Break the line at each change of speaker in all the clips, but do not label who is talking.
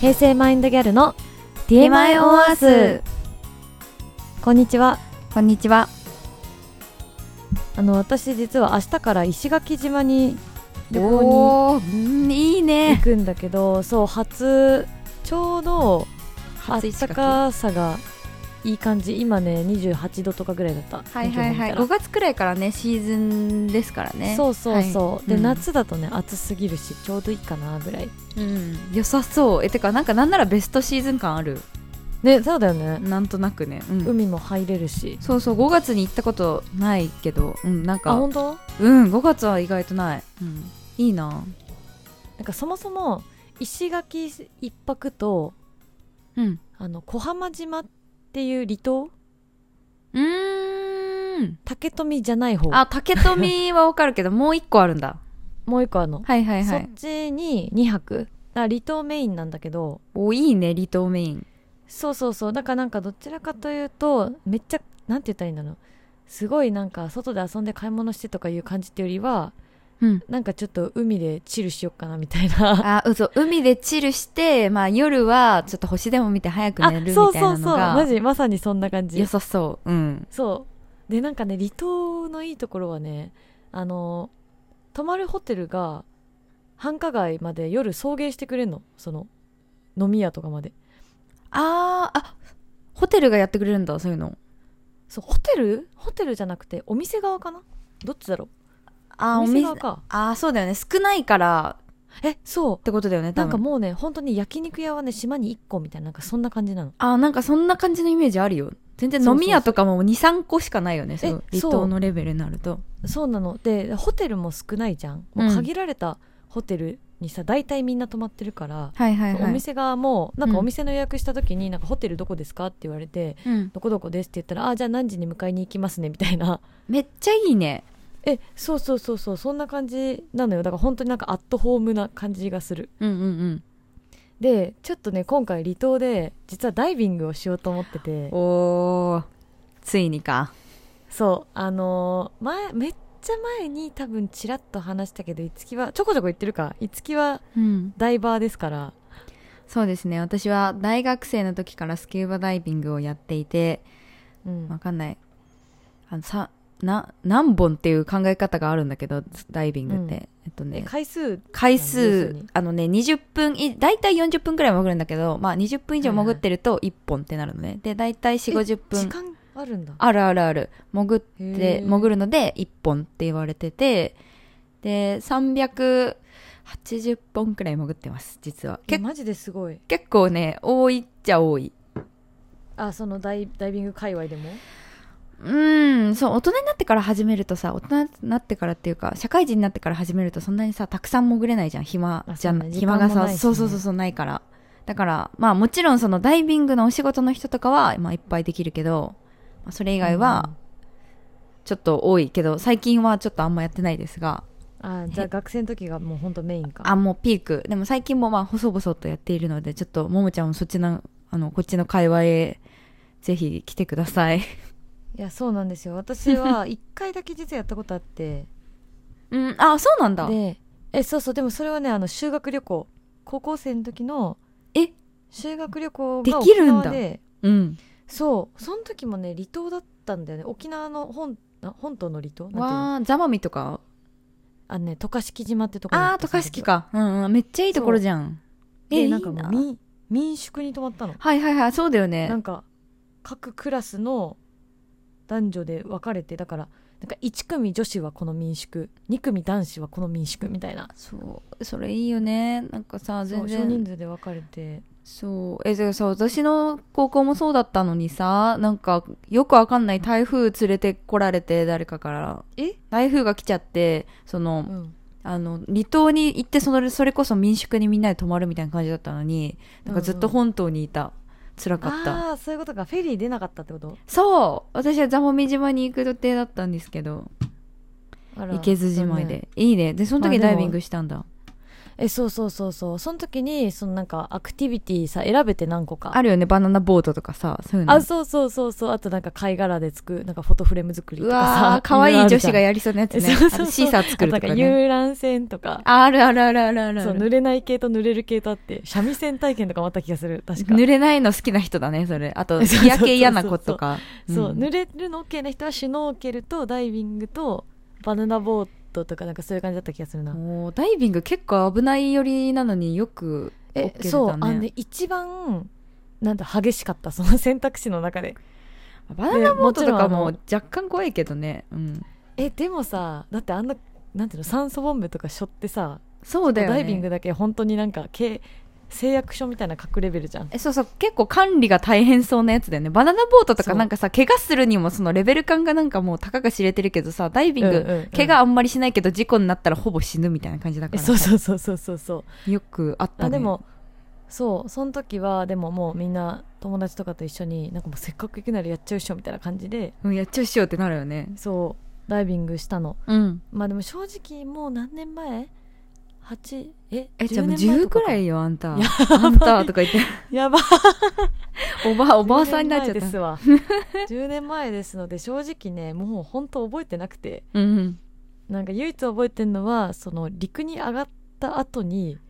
平成マインドギャルの TMI on Earth こんにちは
こんにちは
あの私実は明日から石垣島に旅行
おおーうんい
に
い
行
ね
くんだけどそう初ちょうどあっ
初石
た
垣
かさがいい感じ今ね28度とかぐらいだった
はいはいはい
天気予
5
報見
月くらいからねシーズンですから
たら
ね、
そううそうそう、
はい
で、
うん
夏だとね暑すぎるしちょうどいいかなぐらい
ん、良さそうえてかなんかなんならベストシーズン感ある
ねそうだよね、
なんとなくね、うん
海も入れるし
そうそう5月に行ったことないけどうんなん
あ
か
本当
うん5月は意外とない、うん、いいな
なんかそもそも石垣一泊と
うん
あの小浜島っていう離島
うーん
竹富じゃない方
あ竹富はわかるけどもう一個あるんだ
もう一個あるの、
はいはいは
そ
い
っちに2泊だから離島メインなんだけど
おいいね離島メイン
そうそうそうだからなんかどちらかというとめっちゃなんて言ったらいいんだろうすごいなんか外で遊んで買い物してとかいう感じっていうよりは
うん
なんかちょっと海でチルしよっかなみたい な
あ、そう、海でチルして、まあ夜はちょっと星でも見て早く寝るみたい
そうそう
な
そう
のが
マジまさにそんな感じ
良さそう。うん。
そうでなんかね離島のいいところはねあの泊まるホテルが繁華街まで夜送迎してくれるのその飲み屋とかまで
あー、あ、ホテルがやってくれるんだ、そういうの。
そうホテルホテルじゃなくてお店側かなどっちだろう
あ
お
ー、お
店
店
側。か
あー、そうだよね。少ないからっ
えそ
てことだよね、
うな
多
んか
分。
もうね本当に焼肉屋はね島に1個みたいななんかそんな感じなの
あー、なんかそんな感じのイメージあるよ。全然飲み屋とかも2、3個しかないよね、そ
え
の離
そう
島のレベルになると。
そうなのでホテルも少ないじゃんもう限られたホテルにさ、大体みんな泊まってるから、
はいはいはい。
お店側もなんか
うん
お店の予約した時に、なんかホテルどこですかって言われて
うん。
どこどこですって言ったら、あ、じゃあ何時に迎えに行きますね、みたいな。
めっちゃいいね。
え、そうそうそうそう、そんな感じなのよ。だから本当になんかアットホームな感じがする。
うんうん
で、ちょっとね、今回離島で、実はダイビングをしようと思ってて
うん。、おー、ついにか。
そう、あのー前、めっちゃ前に多分ちらっと話したけど、いつきは、ちょこちょこ言ってるか、いつきは
うん。
ダイバーですから、
そうですね私は大学生の時からスキューバダイビングをやっていて
うん
わかんないあのさな何本っていう考え方があるんだけどダイビングって、
うん
えっと
え
ね
回数、
回
要する
数
に
あのね20分い大体40分くらい潜るんだけど、まあ、20分以上潜ってると1本ってなるのねで大体4 5 0
時
分
間あるんだ。
あるあるある潜って
へ
で
ー
潜るので1本って言われててで380本くらい潜ってます実は
え
け
マジですごい。
結構ね多いっちゃ多い
あ、そのダイダイビング界隈でも
うーん、そう、大人になってから始めるとさ、大人になってからっていうか、社会人になってから始めるとそんなにさ、たくさん潜れないじゃん、暇
あ
じゃん、
そうね
暇が
時間もな
さ、
いしね
そうそうそうそう、ないから。だから、まあもちろんそのダイビングのお仕事の人とかは、まあいっぱいできるけど、まあそれ以外は、ちょっと多いけど、最近はちょっとあんまやってないですが、
あーじゃあ学生の時がもうほんとメインか
あ、もうピーク。でも最近もまあ細々とやっているので、ちょっとももちゃんもそっちの、あの、こっちの会話へ、ぜひ来てください。
いやそうなんですよ私 は1回だけ実はやったことあって
うん、あ、そうなんだ。
でえそうそうでもそれはねあの修学旅行高校生の時の
え
修学旅行
で
が
き
沖
るんだ
縄で
うん。
そうその時もね離島だったんだよね沖縄の本あ本島の離島なんていうの
わー、ざまみとか
あのね渡嘉敷島ってとこに行
あ
っ
ー、
た
渡
んだけ
嘉
ど
敷か。うんうん。めっちゃいいところじゃん。え、い
で
い
な
なん
かもう民民宿に泊まったの
はいはいはい、そうだよね
な。んか各クラスの男女で分かれてだからなんか1組女子はこの民宿2組男子はこの民宿みたいな
そう、それいいよね。なんかさ、
そ
全
う少人
然。
数で分かれて
そう。え、でさ、私の高校もそうだったのにさ、なんか、よくわかんない台風連れてこられて、誰かから。
え
台風が来ちゃって、その、
うん
あの、離島に行って、その、それこそ民宿にみんなで泊まるみたいな感じだったのに、なんかずっと本島にいた。辛かった。
ああーそういうことかフェリー出なかったってこと
そう私は座もみ島に行く予定だったんですけど
あら
行けずじまい
残念
でいいねでその時
まあ
ダ
でも
イビングしたんだ、
えそうそうそうそうその時にそのなんかアクティビティさ選べて何個か
あるよねバナナボートとかさそういうの
あそうそうそうそうあとなんか貝殻で作るなんかフォトフレーム作り
う
とか
わ
さ
ー可愛い女子が
や
やりそうなやつね
そうそうそう
あとシーサー作る
な
と
んか
かね
遊覧船とか
ああるあるあるあるあるあ
そう
る
濡れない系と濡れる系とあって三味線体験とかもあった気がする確か
濡れないの好きな人だね それあと
そうそうそうそう
日焼け嫌な子とか
そう、
ん
濡れるの OK な人はシュノーケルとダイビングとバナナボートとかなんかそういう感じだった気がするな、
もうダイビング結構危ない寄りなのによく OK だ
え
ね
そうあのね一番なんだ激しかったその選択肢の中で
バナナボートとかも
も
若干怖いけどね、うん、
えでもさだってあんななんていうの酸素ボンベとかしょってさ、
そうだよ、ね、
ダイビングだけ本当になんかけ誓約書みたいな書くレベルじゃん
えそうそう結構管理が大変そうなやつだよねバナナボートと
そ
か
う
なんかさ怪我するにもそのレベル感がなんかもう高が知れてるけどさダイビング、
うんうんうん
怪我あんまりしないけど事故になったらほぼ死ぬみたいな感じだか
え
ら
そうそうそうそうそうそう
よくあった、
あ
ね、
でもそうその時はでももうみんな友達とかと一緒になんかもうせっかく行くならやっちゃうっしょみたいな感じで
うん、やっちゃうしようってなるよね
そうダイビングしたの
うん
まあでも正直もう何年前 ?8 え
えじゃあもう
10年前
10
とか
く
から
いよあんたあん たとか言って
やば
おばおばあさんになっちゃっ
10年前で
た
すわ10年前ですので正直ねもう本当覚えてなくて
うんうん
なんか唯一覚えてるのはその陸に上がった後に、
う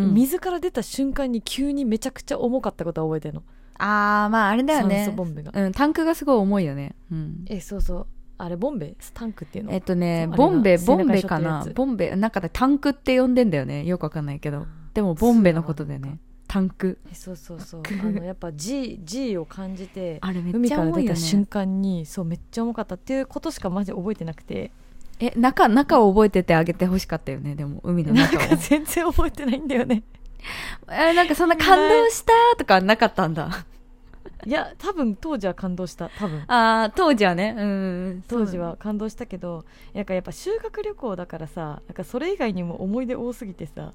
ん
水から出た瞬間に急にめちゃくちゃ重かったことは覚えてるの
ああまああれだよ
酸
ね
素ボンベが
うんタンクがすごい重いよねうん
えそうそうあれボンベスタンクっていうの
えっとね
そう
ボンベ
あれが
ボンベか
背中
な
に背負ってるやつ
ボンベなんかねタンクって呼んでんだよねよくわかんないけどでもボンベのことだよ
そうな
ねタンク
えそうそうそう
く
あのやっぱ G, G を感じて
あれめっ
海
ち
か
ゃ
ら
重い
出
よ
た
ね
瞬間にそうめっちゃ重かったっていうことしかマジ覚えてなくて
え中中を覚えててあげてほしかったよねでも海の
なん
中を
か全然覚えてないんだよね
えなんかそんな感動したとかなかったんだ
いや多分当時は感動した多分
ああ当時はねうん
当時は感動したけどなんかやっぱ修学旅行だからさなんかそれ以外にも思い出多すぎてさ、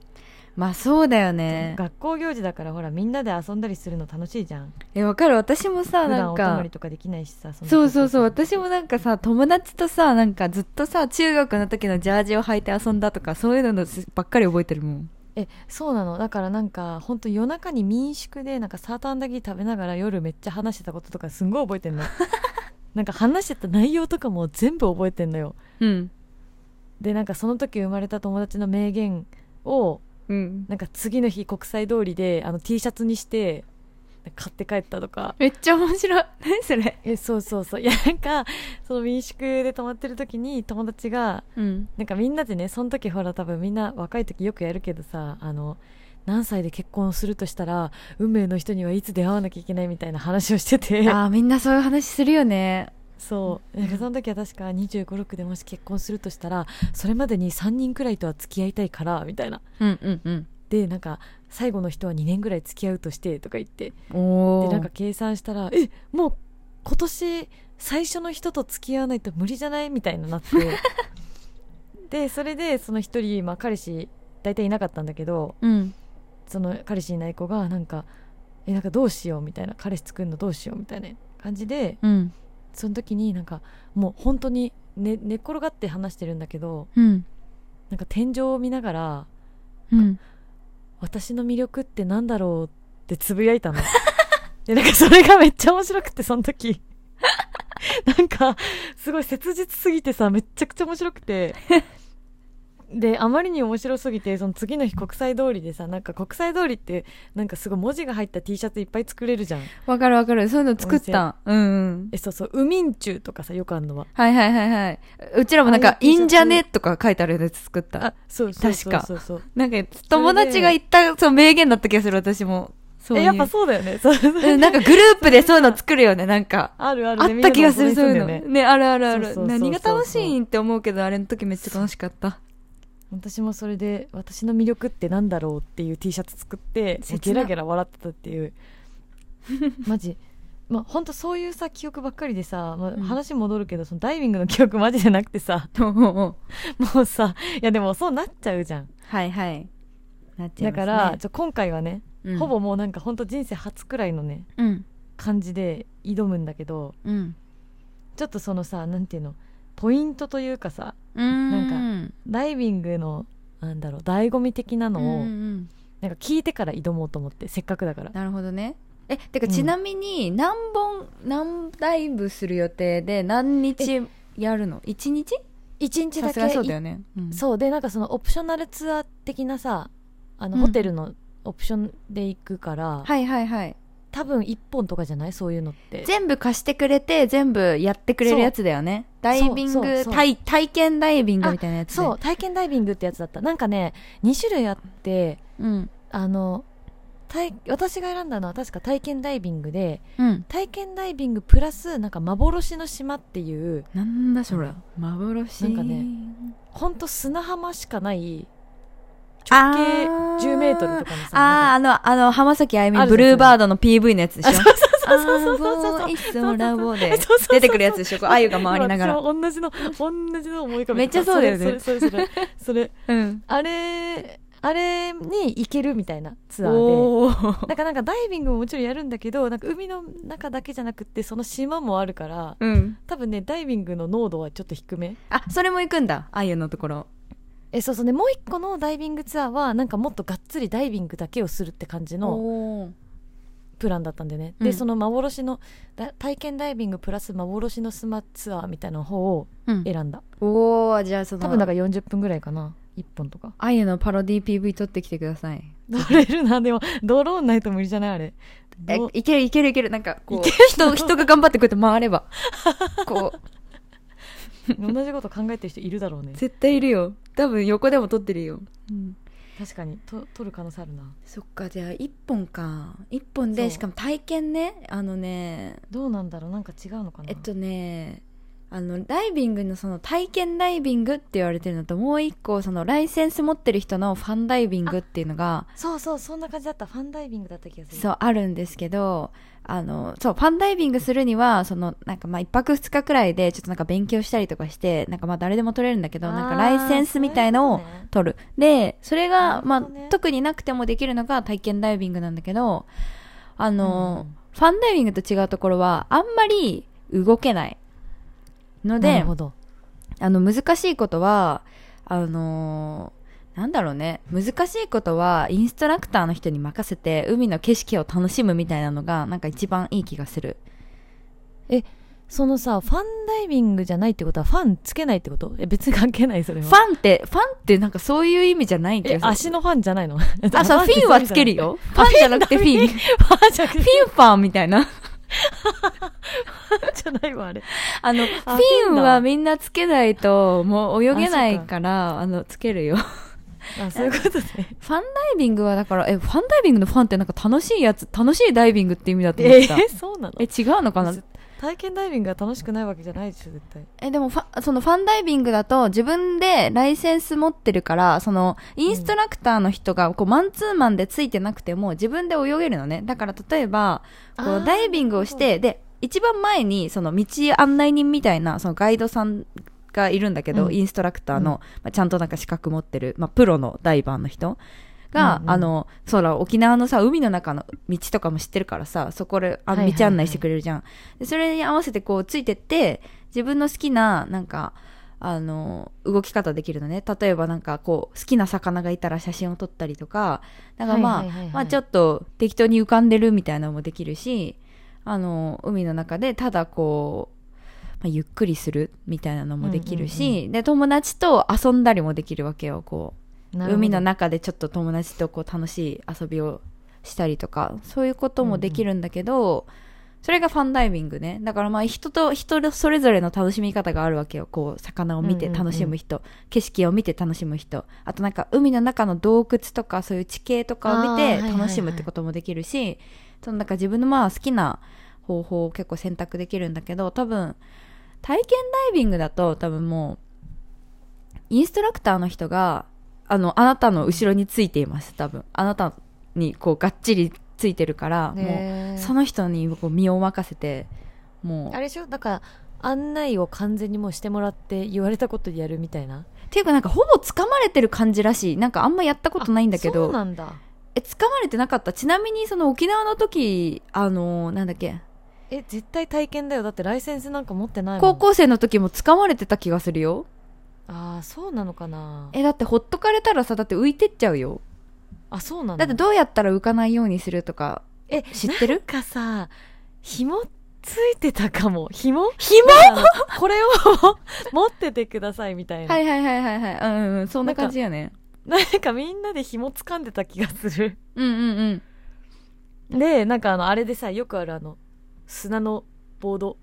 まあそうだよね
学校行事だからほらみんなで遊んだりするの楽しいじゃん
えわかる私もさ
普
な
段
ん
お泊ま
か
りとかできないしさそんな
そうそうそう
こと
私もなんかさ友達とさなんかずっとさ中学の時のジャージを履いて遊んだとかそういうののすばっかり覚えてるもん
えそうなのだからなんか本当夜中に民宿でなんかサーターアンダギー食べながら夜めっちゃ話してたこととかすんごい覚えてんのなんか話してた内容とかも全部覚えてんのよ
うん
でなんかその時生まれた友達の名言を
うん
なんか次の日国際通りであの T シャツにして買って帰ったとか
めっちゃ面白い何それ
えそうそうそういやなんかその民宿で泊まってる時に友達が
うん
なんかみんなでねその時ほら多分みんな若い時よくやるけどさあの何歳で結婚するとしたら運命の人にはいつ出会わなきゃいけないみたいな話をしてて
あーみんなそういう話するよね
そうなんかその時は確か2 5 6でもし結婚するとしたらそれまでに3人くらいとは付き合いたいからみたいな
うんうん
でなんか最後の人は2年ぐらい付き合うとしてとか言って
うんお
で
お
なんか計算したらえもう今年最初の人と付き合わないと無理じゃないみたいになってでそれでその一人、まあ、彼氏大体いなかったんだけど
うん
その彼氏いない子がなんか「えなんかどうしよう」みたいな「彼氏作るのどうしよう」みたいな感じで
うん
その時になんかもう本当に寝寝っ転がって話してるんだけど
うん
なんか天井を見ながら
うん
「私の魅力ってなんだろう?」ってつぶやいたの でなんかそれがめっちゃ面白くてその時 なんかすごい切実すぎてさめっちゃくちゃ面白くてであまりに面白すぎてその次の日国際通りでさなんか国際通りってなんかすごい文字が入った T シャツいっぱい作れるじゃん
わかるわかるそういうの作ったうんうん
えそうそう「ウミンチュ」とかさよくあるのは
はいはいはいはいうちらもなんか
ああ
「
いう T
い
シャツ
いんじゃね?」とか書いてあるやつ作った
あそうそうそうそうそう
なんか友達が言ったそう名言だった気がする私もそうい
え
う
やっぱそうだよねそうそう
うん、なんかグループでそういうの作るよね、なんか。
あるある
あ
ね
った気がする、
みん
そう
なで
いう
も
の。
それするんだよね
ね、あるあるある。
そうそうそうそう
何が楽しいんって思うけど、あれの時めっちゃ楽しかった。
私もそれで私の魅力ってなんだろうっていう T シャツ作って
切
も
な
うゲラゲラ笑ってたって いうマジまあ本当そういうさ記憶ばっかりでさ、ま
う
あ、
ん
話戻るけど、そのダイビングの記憶マジでなくてさ もうさいやでもそうなっちゃうじゃん、
はいはい。なっちゃ
だ
いますね
から、、ちょ今回はね、
うん
ほぼ、もうなんか本当人生初くらいのね
うん、
感じで挑むんだけど
うん。
ちょっとそのさなんていうのポイントというかさ
うん。
ダイビングのなんだろう醍醐味的な
うん
のを、
うん
なんか聞いてから挑もうと思ってせっかくだから
なるほどねえてか
うん
ちなみに何本何ライブする予定で何日やるの1日
一日
さ
だ
す
け
がそうだよね、うん
そうでなんかそのオプショナルツアー的なさあの、
うん
ホテルのオプションで行くから、
はいはいはい
多分1本とかじゃないそういうのって
全部貸してくれて全部やってくれるやつだよねダイビン
そうそう
グ
そう
体体験ダイビングみたいなやつ、ね、
そう体験ダイビングってやつだったなんかね2種類あって
ううん
あの体私が選んだのは確か体験ダイビングで
うん
体験ダイビングプラスなんか幻の島っていう
なんだそれ幻
なんかねほんと砂浜しかない
直
径10メートルとか
か
のさ
あー
な
あ
んか
のあの浜崎あゆみ
あるじゃん
ブルーバードの PV のやつでしょ
あそうそうそうそうそうそう
青い空をで
そうそうそう
出てくるやつでしょこうあゆが回りなが
そ
ら
う同じの同じの思い浮かべ
めっちゃそうだよね
それそれそれそれそれ
うん
あれあれに行けるみたいなツアーで
おー
なんかなんかダイビングももちろんやるんだけどなんか海の中だけじゃなくってその島もあるから
うん
多分ねダイビングの濃度はちょっと低め
あそれも行くんだあゆのところ
えそうそうねもう一個のダイビングツアーはなんかもっとがっつりダイビングだけをするって感じの
おー
プランだったんでね、
う
で
ん
その幻のだ体験ダイビングプラス幻のスマツアーみたいな方を
うん
選んだ
おーじゃあそ
多分なん
の
か40分ぐらいかな1本とか
あゆのパロディ PV 撮ってきてください
乗れるなでもドローンないと無理じゃないあれ
え
どう
いけるいけるいけるなんかこう 人人が頑張ってくれて回れ ばこう
同じこと考えてる人いるだろうね
絶対いるよ多分横でも撮ってるよ、うん、
確かにと取る可能性あるな
そっかじゃあ1本か1本
そう
でしかも体験ねあのね
どうなんだろうなんか違うのかな
えっとねあのダイビングのその体験ダイビングって言われてるのともう一個そのライセンス持ってる人のファンダイビングっていうのが
そうそうそんな感じだったファンダイビングだった気がする
そうあるんですけどあのそうファンダイビングするにはそのなんかまあ1泊2日くらいでちょっとなんか勉強したりとかしてなんかまあ誰でも取れるんだけどなんかライセンスみたいのを
あーそういうことね
取るでそれが、
な
ま
るほどね
あ、特になくてもできるのが体験ダイビングなんだけどあの、
うん
ファンダイビングと違うところはあんまり動けないの
な
で
るほど
あの難しいことはあのなんだろうね難しいことはインストラクターの人に任せて海の景色を楽しむみたいなのがなんか一番いい気がする
そのさファンダイビングじゃないってことはファンつけないってことえ別に関係ないそれは
ファンってファンってなんかそういう意味じゃない気
え
がす
足
る
のファンじゃないの
あそうフィンはつけるよファンじゃなくてフィンフィ
フ
ン
ァンじゃなくて
ファンみたいな
ファンじゃないわあれ
あの、フ
あ
ィン
フィン
は
だ
みんなつけないと、もう泳げな
あ
い
そっか
から、あの、つけるよ。フ
あそういうことね
ァンダイビングはだから、え、ファンダイビングのファンってなんか楽しいやつ、楽しいダイビングって意味だと思っ
え
てた。え
ー、そうなの
違うのかな
体験ダイビングが楽しくないわけじゃないでしょ絶対
え、でもファ、そのファンダイビングだと自分でライセンス持ってるから、その、インストラクターの人がこう、マンツーマンでついてなくても自分で泳げるのね。だから例えば、こ
あ
う
ー
ダイビングをしてで一番前にその道案内人みたいなそのガイドさんがいるんだけど、
うん
インストラクターの、まあ、ちゃんとなんか資格持ってる、まあ、プロのダイバーの人が、
うんうん
あのそうだ沖縄のさ海の中の道とかも知ってるからさそこであ
はいはいはい
道案内してくれるじゃん、でそれに合わせてこうついてって自分の好きななんかあの動き方できるのね例えばなんかこう好きな魚がいたら写真を撮ったりとかだからまあ、
はいはいはいはい
まあちょっと適当に浮かんでるみたいなのもできるしあの海の中でただこう、まあ、ゆっくりするみたいなのもできるし、
うん
で友達と遊んだりもできるわけよこう
なるほど
海の中でちょっと友達とこう楽しい遊びをしたりとかそういうこともできるんだけど、それがファンダイビングねだからまあ人と人それぞれの楽しみ方があるわけよこう魚を見て楽しむ人、景色を見て楽しむ人あとなんか海の中の洞窟とかそういう地形とかを見
あーはい
て
はいはい
楽しむってこともできるし、そのなんか自分のまあ好きな方法を結構選択できるんだけど多分体験ダイビングだと多分もうインストラクターの人があのあなたの後ろについています多分あなたにこうがっちりついてるから、もう
ねえ
その人にこう身を任せても
あ
う
れでしょだから案内を完全にもうしてもらって言われたことやるみたいな
っていうかなんかほぼ掴まれてる感じらしいなんかあんまやったことないんだけ
あそう
ど
なんだ
え掴まれてなかったちなみにその沖縄の時あのなんだっけ
え絶対体験だよだってライセンスなんか持ってないもん
高校生の時も掴まれてた気がするよ
ああそうなのかな
えだってほっとかれたらさだって浮いてっちゃうよ
あそうなの
だってどうやったら浮かないようにするとか
え
知ってる
なんかさ紐ついてたかも紐
紐
なんかあのこれを 持っててくださいみたいな、
はいはいはいはいはいうんうんうんそんな感じよね
なんかみんなで紐掴んでた気がする
うんうんうん
でなんかあのあれでさよくあるあの砂のボード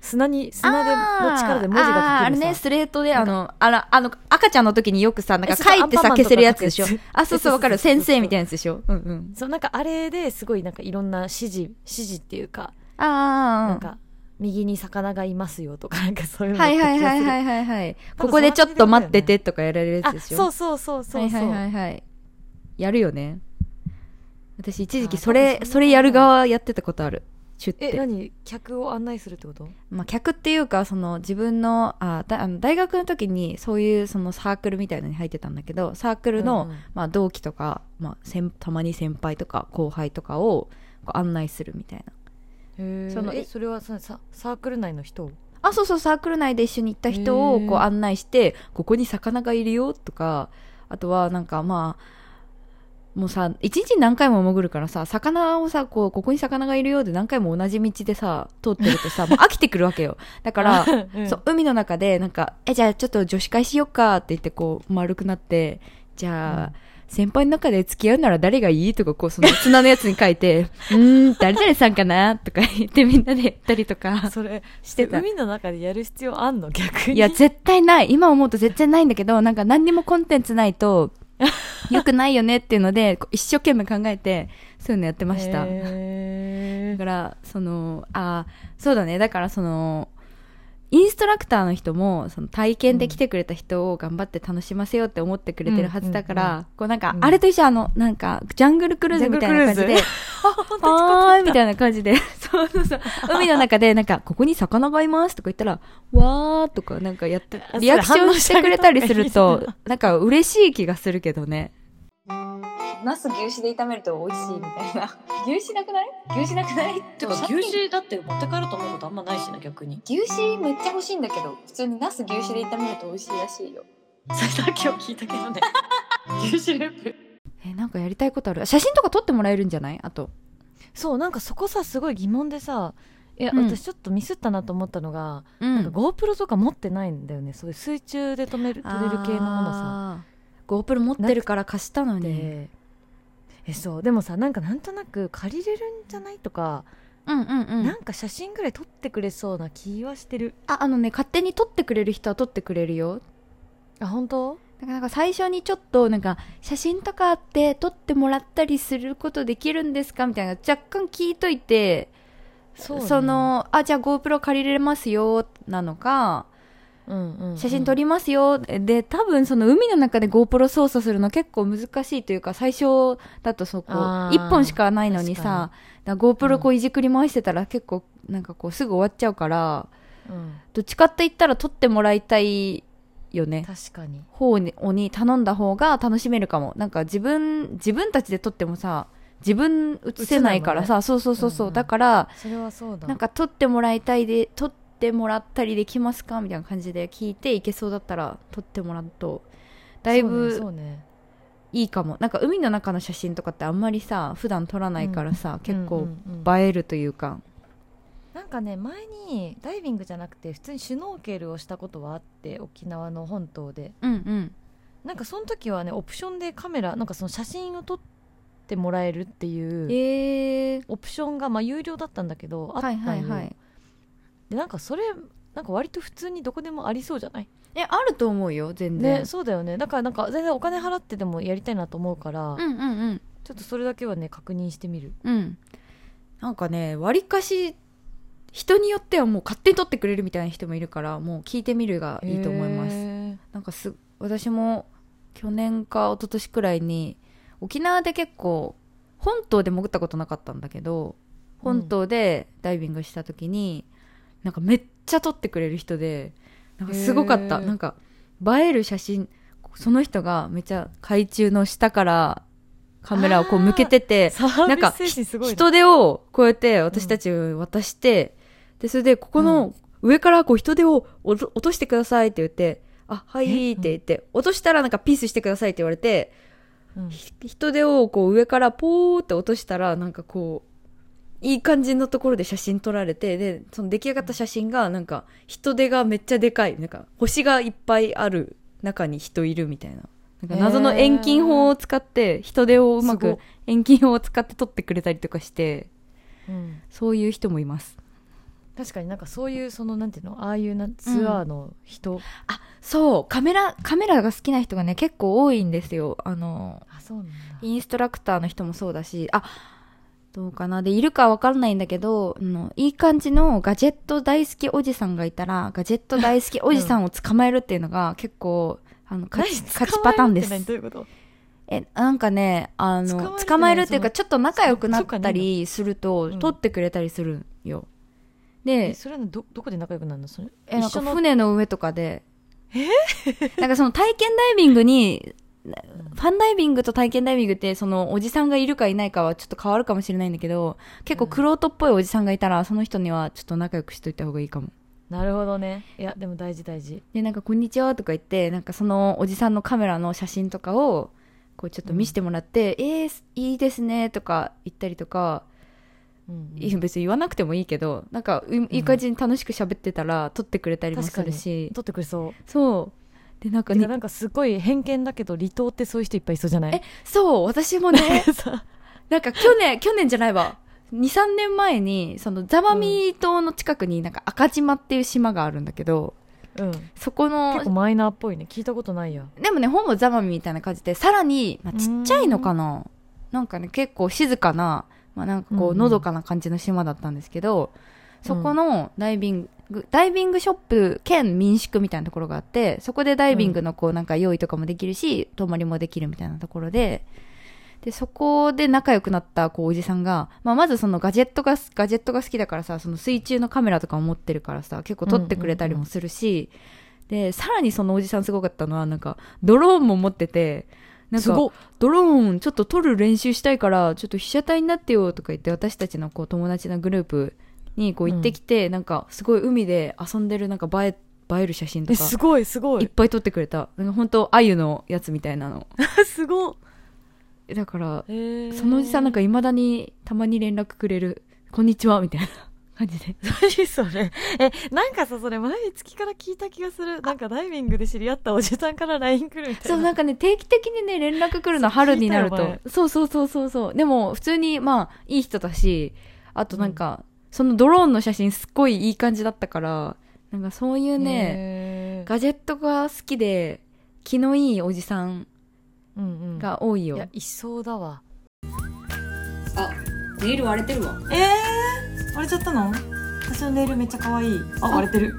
砂に砂での力で文字が書けるさ
あーあれね、スレートで、
なん
あ
か
の、あら、あの、赤ちゃんの時によくさ、なんか
えそう
書いて
アンパン
さ、
マンと
消
か
せるやつでしょ
書くやつ
あ、そうそう、わかる。
そうそうそうそう
先生みたいなやつでしょうんうん。
そうなんかあれですごいなんかいろんな指示指示っていうか、な
あ
んか右に魚がいますよとかなんかそういう
あ、
のだ
は
った
い
気が
はいはい
する
はいはいはい。
多
こ
分
こでちょっと待って
そんな感じだよ
てとかやられるやつ
あ
でしょ
そううそうそうそうそう、
はいはいはいはい。やるよね。私、一時期
あー
そ
多分そ
れ、
んな
それやる側やってたことある。シュっ
え
て。
何客を案内するってこと
まあ、客っていうか、その、自分の、あだあの大学の時に、そういう、その、サークルみたいのに入ってたんだけど、サークルの、
うんうん
まあ、同期とか、まあ、先たまに先輩とか後輩とかをこう案内するみたいな
へー
その
えそれはささサークル内の人を
あそうそうサークル内で一緒に行った人を
へー
こう案内してここに魚がいるよとかあとはなんかまあもうさ一日に何回も潜るからさ魚をさこうここに魚がいるよで何回も同じ道でさ通ってる とさもう飽きてくるわけよだから、
うん
そう海の中でなんか「えじゃあちょっと女子会しよっか」って言ってこう丸くなってじゃあ、
うん
先輩の中で付き合うなら誰がいいとかこうその砂のやつに書いて 「うーん誰々さんかな?」とか言ってみんなでやったりとか
それして
た
海の中でやる必要あんの逆に
いや絶対ない今思うと絶対ないんだけどなんか何にもコンテンツないとよくないよねっていうのでこう一生懸命考えてそういうのやってました。
へ
だ
ー
からそのあそうだねだからそのインストラクターの人もその体験で来てくれた人を頑張って楽しませようって思ってくれてるはずだから、
うんうん
こうなんか、
うん
あれと一緒あのなんかジャングルクルーズみたいな感じ
ジャング
で
ルクルーズ
「はーい」みたいな 感じでそうそうそう海の中でなんか「ここに魚がいます」とか言ったら「わー」とかなんかやって
あ
リアクションしてくれたりする
それ反応してあげた方がいい
と
な
なんか嬉しい気がするけどね。ナス牛脂で炒めると美味しいみたいな 牛脂なくない牛脂なくない
てか牛脂だって持って帰ると思うことあんまないしな逆に
牛脂めっちゃ欲しいんだけど普通にナス牛脂で炒めると美味しいらしいよ
それだけを聞いたけどね牛脂レップ
えなんかやりたいことある写真とか撮ってもらえるんじゃないあと
そうなんかそこさすごい疑問でさいや、
うん
私ちょっとミスったなと思ったのが、
う
なんか GoPro とか持ってないんだよねそういう水中で止める撮れる系のものさ
さ GoPro 持ってるから貸したの
で、
に
えそうでもさなんかなんとなく借りれるんじゃないとか、
うんうんう
なんか写真ぐらい撮ってくれそうな気はしてる
ああのね勝手に撮ってくれる人は撮ってくれるよ
あ本当
だからなんか最初にちょっとなんか写真とかって撮ってもらったりすることできるんですかみたいな若干聞いといて
そ
そ、のあじゃあ GoPro 借りれますよなのか
うんうんうん
写真撮りますよ、で多分その海の中で GoPro 操作するの結構難しいというか最初だとそこ
あー
1本しかないのにさだから
う
GoPro
ん
こういじくり回してたら結構なんかこうすぐ終わっちゃうから、
うん
どっちかって言ったら撮ってもらいたいよね
確かに
方にに頼んだ方が楽しめるかもなんか自分自分たちで撮ってもさ自分映せないからさ、そうそうそうそ
う
う、
んうん
だから
それはそうだ
なんか撮ってもらいたいで撮ってもらったりできますかみたいな感じで聞いていけそうだったら撮ってもらうとだい
そ
ぶ
うね
いいかも、なんか海の中の写真とかってあんまりさ普段撮らないからさ、
そうね
結
うん
構
うんうん
映えるというか、
なんかね前にダイビングじゃなくて普通にシュノーケルをしたことはあって沖縄の本島で
うん、うん
なんかその時はねオプションでカメラなんかその写真を撮ってもらえるっていう
えー、
オプションがまあ有料だったんだけどあった
は
ん
い
よ、
はいはい
でなんかそれなんか割と普通にどこでもありそうじゃない
えあると思うよ全然、
ねそうだよねだからなんか全然お金払ってでもやりたいなと思うから、
うんうんうん
ちょっとそれだけはね確認してみる
うんなんかね割かし人によってはもう勝手に撮ってくれるみたいな人もいるからもう聞いてみるがいいと思います
へ
なんかす私も去年か一昨年くらいに沖縄で結構本島で潜ったことなかったんだけど本島でダイビングした時に、なんかめっちゃ撮ってくれる人でなんかすごかった
へー
なんか映える写真その人がめっちゃ海中の下からカメラをこう向けて
ー
て
サー
なん
ビ
か
ス精神すごいね
人手をこうやって私たちに渡して、でそれでここの上からこう人手をおと落としてくださいって言ってあ、はいって言って、落としたらなんかピースしてくださいって言われて、
うん
ひ人手をこう上からポーって落としたら、なんかこう、いい感じのところで写真撮られて、で、その出来上がった写真が、なんか、人手がめっちゃでかい。なんか、星がいっぱいある中に人いるみたいな。なんか謎の遠近法を使って、人手をうます
ごっ
く遠近法を使って撮ってくれたりとかして、
うん
そういう人もいます。
確かになんかそういうそのなんていうのああいうなツアーの人、
そう、カメラ、カメラが好きな人がね、結構多いんですよ。あの、
あそうなんだ
インストラクターの人もそうだし、あ、どうかな。で、いるかわかんないんだけど、あの、いい感じのガジェット大好きおじさんがいたら、ガジェット大好きおじさんを捕まえるっていうの が結構、あの、勝ち、
何
勝ちパターンで
捕まえるって何
す。
どういうこと
え、なんかね、あ
捕まえるっ
の、
て
捕まえるっていうか、
何
ちょっと仲良くなっ
そ
たりすると
う、ん
撮ってくれたりするんよ。
え
で、
それはどどこで仲良くなるのそれ
えなん
一
か
緒の
船の上とかでえ なんかその体験ダイビングにファンダイビングと体験ダイビングってそのおじさんがいるかいないかはちょっと変わるかもしれないんだけど結構
うん
クロートっぽいおじさんがいたらその人にはちょっと仲良くしといた方がいいかも
なるほどねいやでも大事大事
でなんか「こんにちは」とか言ってなんかそのおじさんのカメラの写真とかをこうちょっと見せてもらって「えー、すいいですね」とか言ったりとか、
うん
いや別に言わなくてもいいけどなんかいいい感じに楽しく喋ってたら撮ってくれたりもするし
取ってくれそう
そうでなんか
て
ね
かなんかすごい偏見だけど離島ってそういう人いっぱいいそうじゃない
えそう、私もね、
さ
なんか去年、去年じゃないわ。2、3年前に、そのザマミー島の近くになんか赤島っていう島があるんだけど、
うん結
そこ
構
の、
マイナーっぽいね聞いたことないや
でもね、ほぼザマミみたいな感じで、さらに、まあ、ちっちゃいのかななんかね、結構静かな、まあなんかこ
うんう
う、
ん
のどかな感じの島だったんですけど、そこのダイビング、ダイビングショップ兼民宿みたいなところがあって、そこでダイビングのこうなんか用意とかもできるし、泊まりもできるみたいなところで、で、そこで仲良くなったこうおじさんが、まあまずそのガジェットが、ガジェットが好きだからさ、その水中のカメラとかも持ってるからさ、結構撮ってくれたりもするし、で、さらにそのおじさんすごかったのは、なんか、ドローンも持ってて、なん
す
か、
ごっ
ドローンちょっと撮る練習したいからちょっと被写体になってよとか言って私たちのこう友達のグループにこう行ってきて、なんかすごい海で遊んでるなんか映え映える写真と
え
か
すごいすご
いっ
い
ぱい撮ってくれたなんか本当アユのやつみたいなの
すごい
だから
えー
そのおじさんなんかいまだにたまに連絡くれる「こんにちは」みたいな感じで
何それえなんかさそれ前に月から聞いた気がするなんかダイビングで知り合ったおじさんから LINE 来るみたいな
そうなんかね定期的にね連絡来るの春になる
そう聞いたよ
とそうそうそうそうそうでも普通にまあいい人だしあとなんか、そのドローンの写真すっごいいい感じだったからなんかそういうね
ね
ガジェットが好きで気のいいおじさん
うんうん
が多いよ、
いやいそうだわ
ネイル割れてるわ
ええ割れちゃったの私のネイルめっちゃ可愛いあ割れてる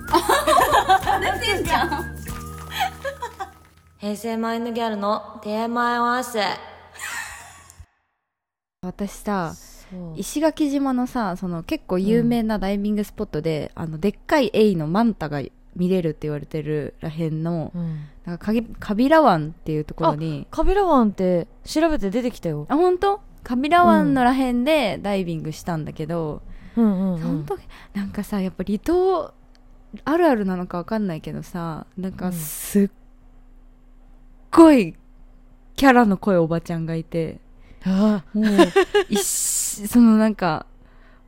平成マインドギャルの手前合わせ
私さ
そう
石垣島のさその結構有名なダイビングスポットで、あのでっかいエイのマンタが見れるって言われてるらへんの
うん
なんかかぎカビラ湾っていうところに
カビラ湾って調べて出てきたよ
あ本当カビラ湾のらへんでダイビングしたんだけど、
うんうん、
その時なんかさやっぱ離島あるあるなのかわかんないけどさなん
う
か
ん
すっごいキャラの濃いおばちゃんがいて
あ
もう一生そのなんか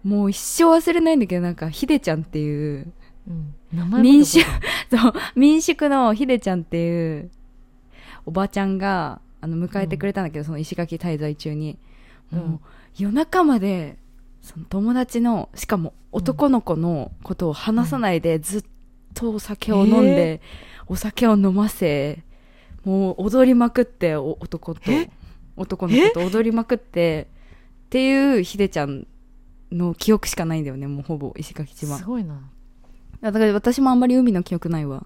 もう一生忘れないんだけどなんかヒデちゃんっていう
うん、名前
民宿そう民宿のヒデちゃんっていうおばちゃんがあの迎えてくれたんだけど、その石垣滞在中に、もう
うん
夜中までその友達のしかも男の子のことを話さないで、ずっとお酒を飲んで、お酒を飲ませもう踊りまくってお男と
え
男の子と踊りまくってっていうヒデちゃんの記憶しかないんだよねもうほぼ石垣島
すごいな
だから私もあんまり海の記憶ないわ。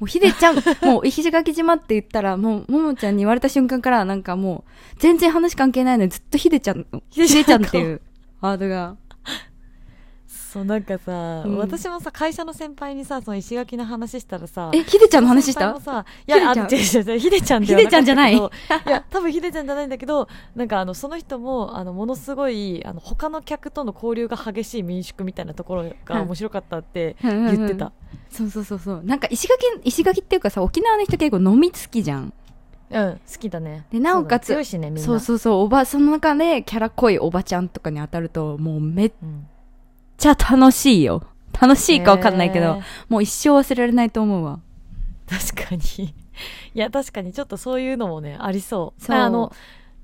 もうひでちゃ ん、もう石垣島って言ったら、もう、ももちゃんに言われた瞬間から、なんかもう、全然 話関係ないのにずっとひでちゃんの、ひでちゃんっていうワードが、
そうなんかさ、
うん
私もさ会社の先輩にさその石垣の話したらさ
え、ヒデちゃんの話し
先輩
た
もさい
ひで
やあ
ちゃん
の違う違う違うひでちゃん
ヒデちゃんじゃない。
ではかったけどいや多分ひでちゃんじゃないんだけどなんかあのその人もあのものすごいあの他の客との交流が激しい民宿みたいなところが面白かったって言
言
ってた、。
そうそうそうそう。なんか石垣、石垣っていうかさ、沖縄の人結構飲み好きじゃん。
うん、好きだね
でなおかつ
そうだね強いしねみんな
そうそうそう、おば、その中でキャラ濃いおばちゃんとかに当たると、もうめっ
うん
ちゃ楽しいよ。楽しいかわかんないけど、
ね
もう一生忘れられないと思うわ。
確かに いや確かにちょっとそういうのもねありそう
そう
あの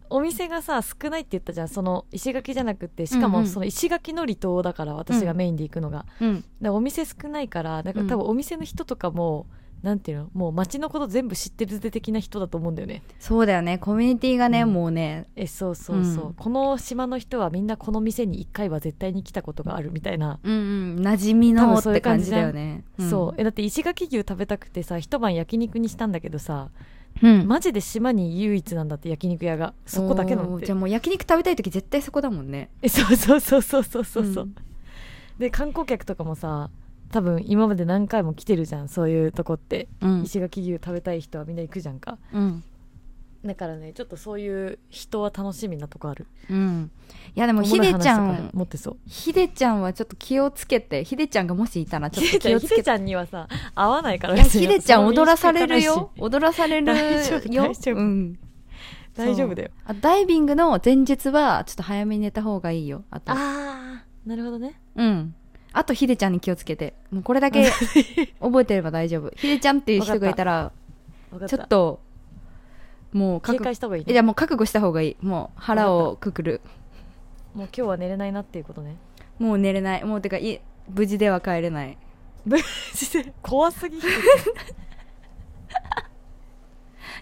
お店がさ少ないって言ったじゃんその石垣じゃなくてしか
うん
も
うん
その石垣の離島だから私がメインで行くのが、
うん。
でお店少ないからなんか
うん
多分お店の人とかも、なんていうのもう街のこと全部知ってるぜ的な人だと思うんだよね
そうだよね。コミュニティがね、
うん
もうね、
えそうそうそう、
うん
この島の人はみんなこの店に1回は絶対に来たことがあるみたいな、
うんうん、馴染み
多
の
分そ
っ
うい
て
う感
感
じ
じだよね。
そうえだって石垣牛食べたくてさ一晩焼肉にしたんだけどさ、
うん。うん。
マジで島に唯一なんだって焼肉屋がそこだけなん
お
だ
ー
っ
じ
て
ゃあもう焼肉食べたい時絶対そこだもんね。
えそうそうそうそうそうそうそう、
うん
で観光客とかもさ多分今まで何回も来てるじゃんそういうとこって、
うん。
石垣牛食べたい人はみんな行くじゃんか
うん。
だからねちょっとそういう人は楽しみなとこある
うん。いや
で
でもひでちゃん、
持ってそう
ひでちゃんはちょっと気をつけて、ひでちゃんがもしいたらちょっ
ひ
と
でち
気
ゃん
を
ひ
つ
で
け
ち
て。
ゃんにはさ合わないから
いやひでちゃん踊らされる
その
よ。踊らされる
大丈夫
よ。
大丈夫
うん。
大丈夫だよ
あダイビングの前日はちょっと早めに寝た方がいいよあと
ああなるほどね
うんあとヒデちゃんに気をつけてもうこれ だけ覚えてれば大丈夫ヒデちゃんっていう人がいたら
分かった
ちょっともう
警
覚
戒した方がいい
え
ね
じゃあもう覚悟した方がいいもう腹をくくる
もう今日は寝れないなっていうこと ね
もう寝れないもうてかい無事では帰れない
怖すぎ る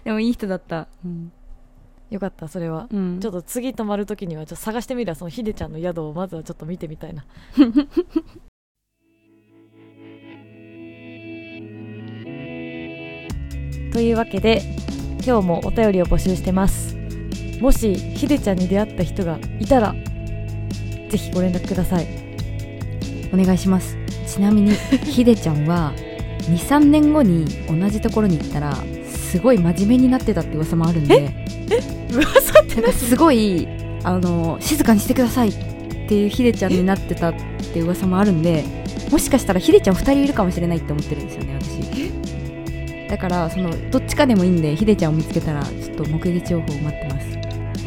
でもいい人だったうん、
よかったそれは、
うん
ちょっと次泊まるときにはちょっと探してみるわそのひでちゃんの宿をまずはちょっと見てみたいな というわけで今日もお便りを募集してますもしひでちゃんに出会った人がいたらぜひご連絡ください
お願いしますちな みにひでちゃんは23年後に同じところに行ったらすごい真面目になってたって噂もあるんで
噂って
なんかすごいあの静かにしてくださいっていうひでちゃんになってたって噂もあるんでもしかしたらひでちゃん2人いるかもしれないって思ってるんですよね私だからそのどっちかでもいいんでひでちゃんを見つけたらちょっと目撃情報を待ってま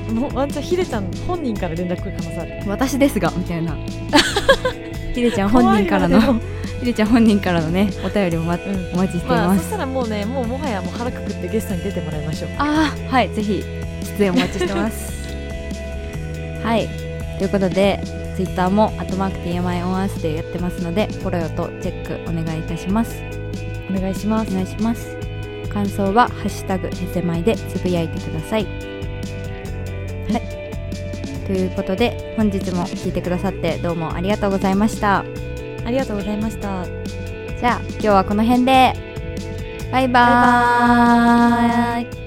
す
もうワンちゃんひでちゃん本人から連絡来る可能性ある
私ですがみ たいなひでちゃん本人からの
怖いわでも
ひでちゃん本人からのねお便りを待っ
うん
お待ちしてい
まあ
ま
そ
す、
したらもうねもうもはやもう腹くくってゲストに出てもらいましょう
ああはいぜひ出演お待ちしてます はいということで Twitter も「アットマーク TMI オンアース」でやってますのでフォローとチェックお願いいたします
お願いします
お願いします感想は「ハッシュタグへせまい」でつぶやいてくださいはいということで本日も聞いてくださってどうもありがとうございました
ありがとうございました
じゃあ今日はこの辺でバイバーイ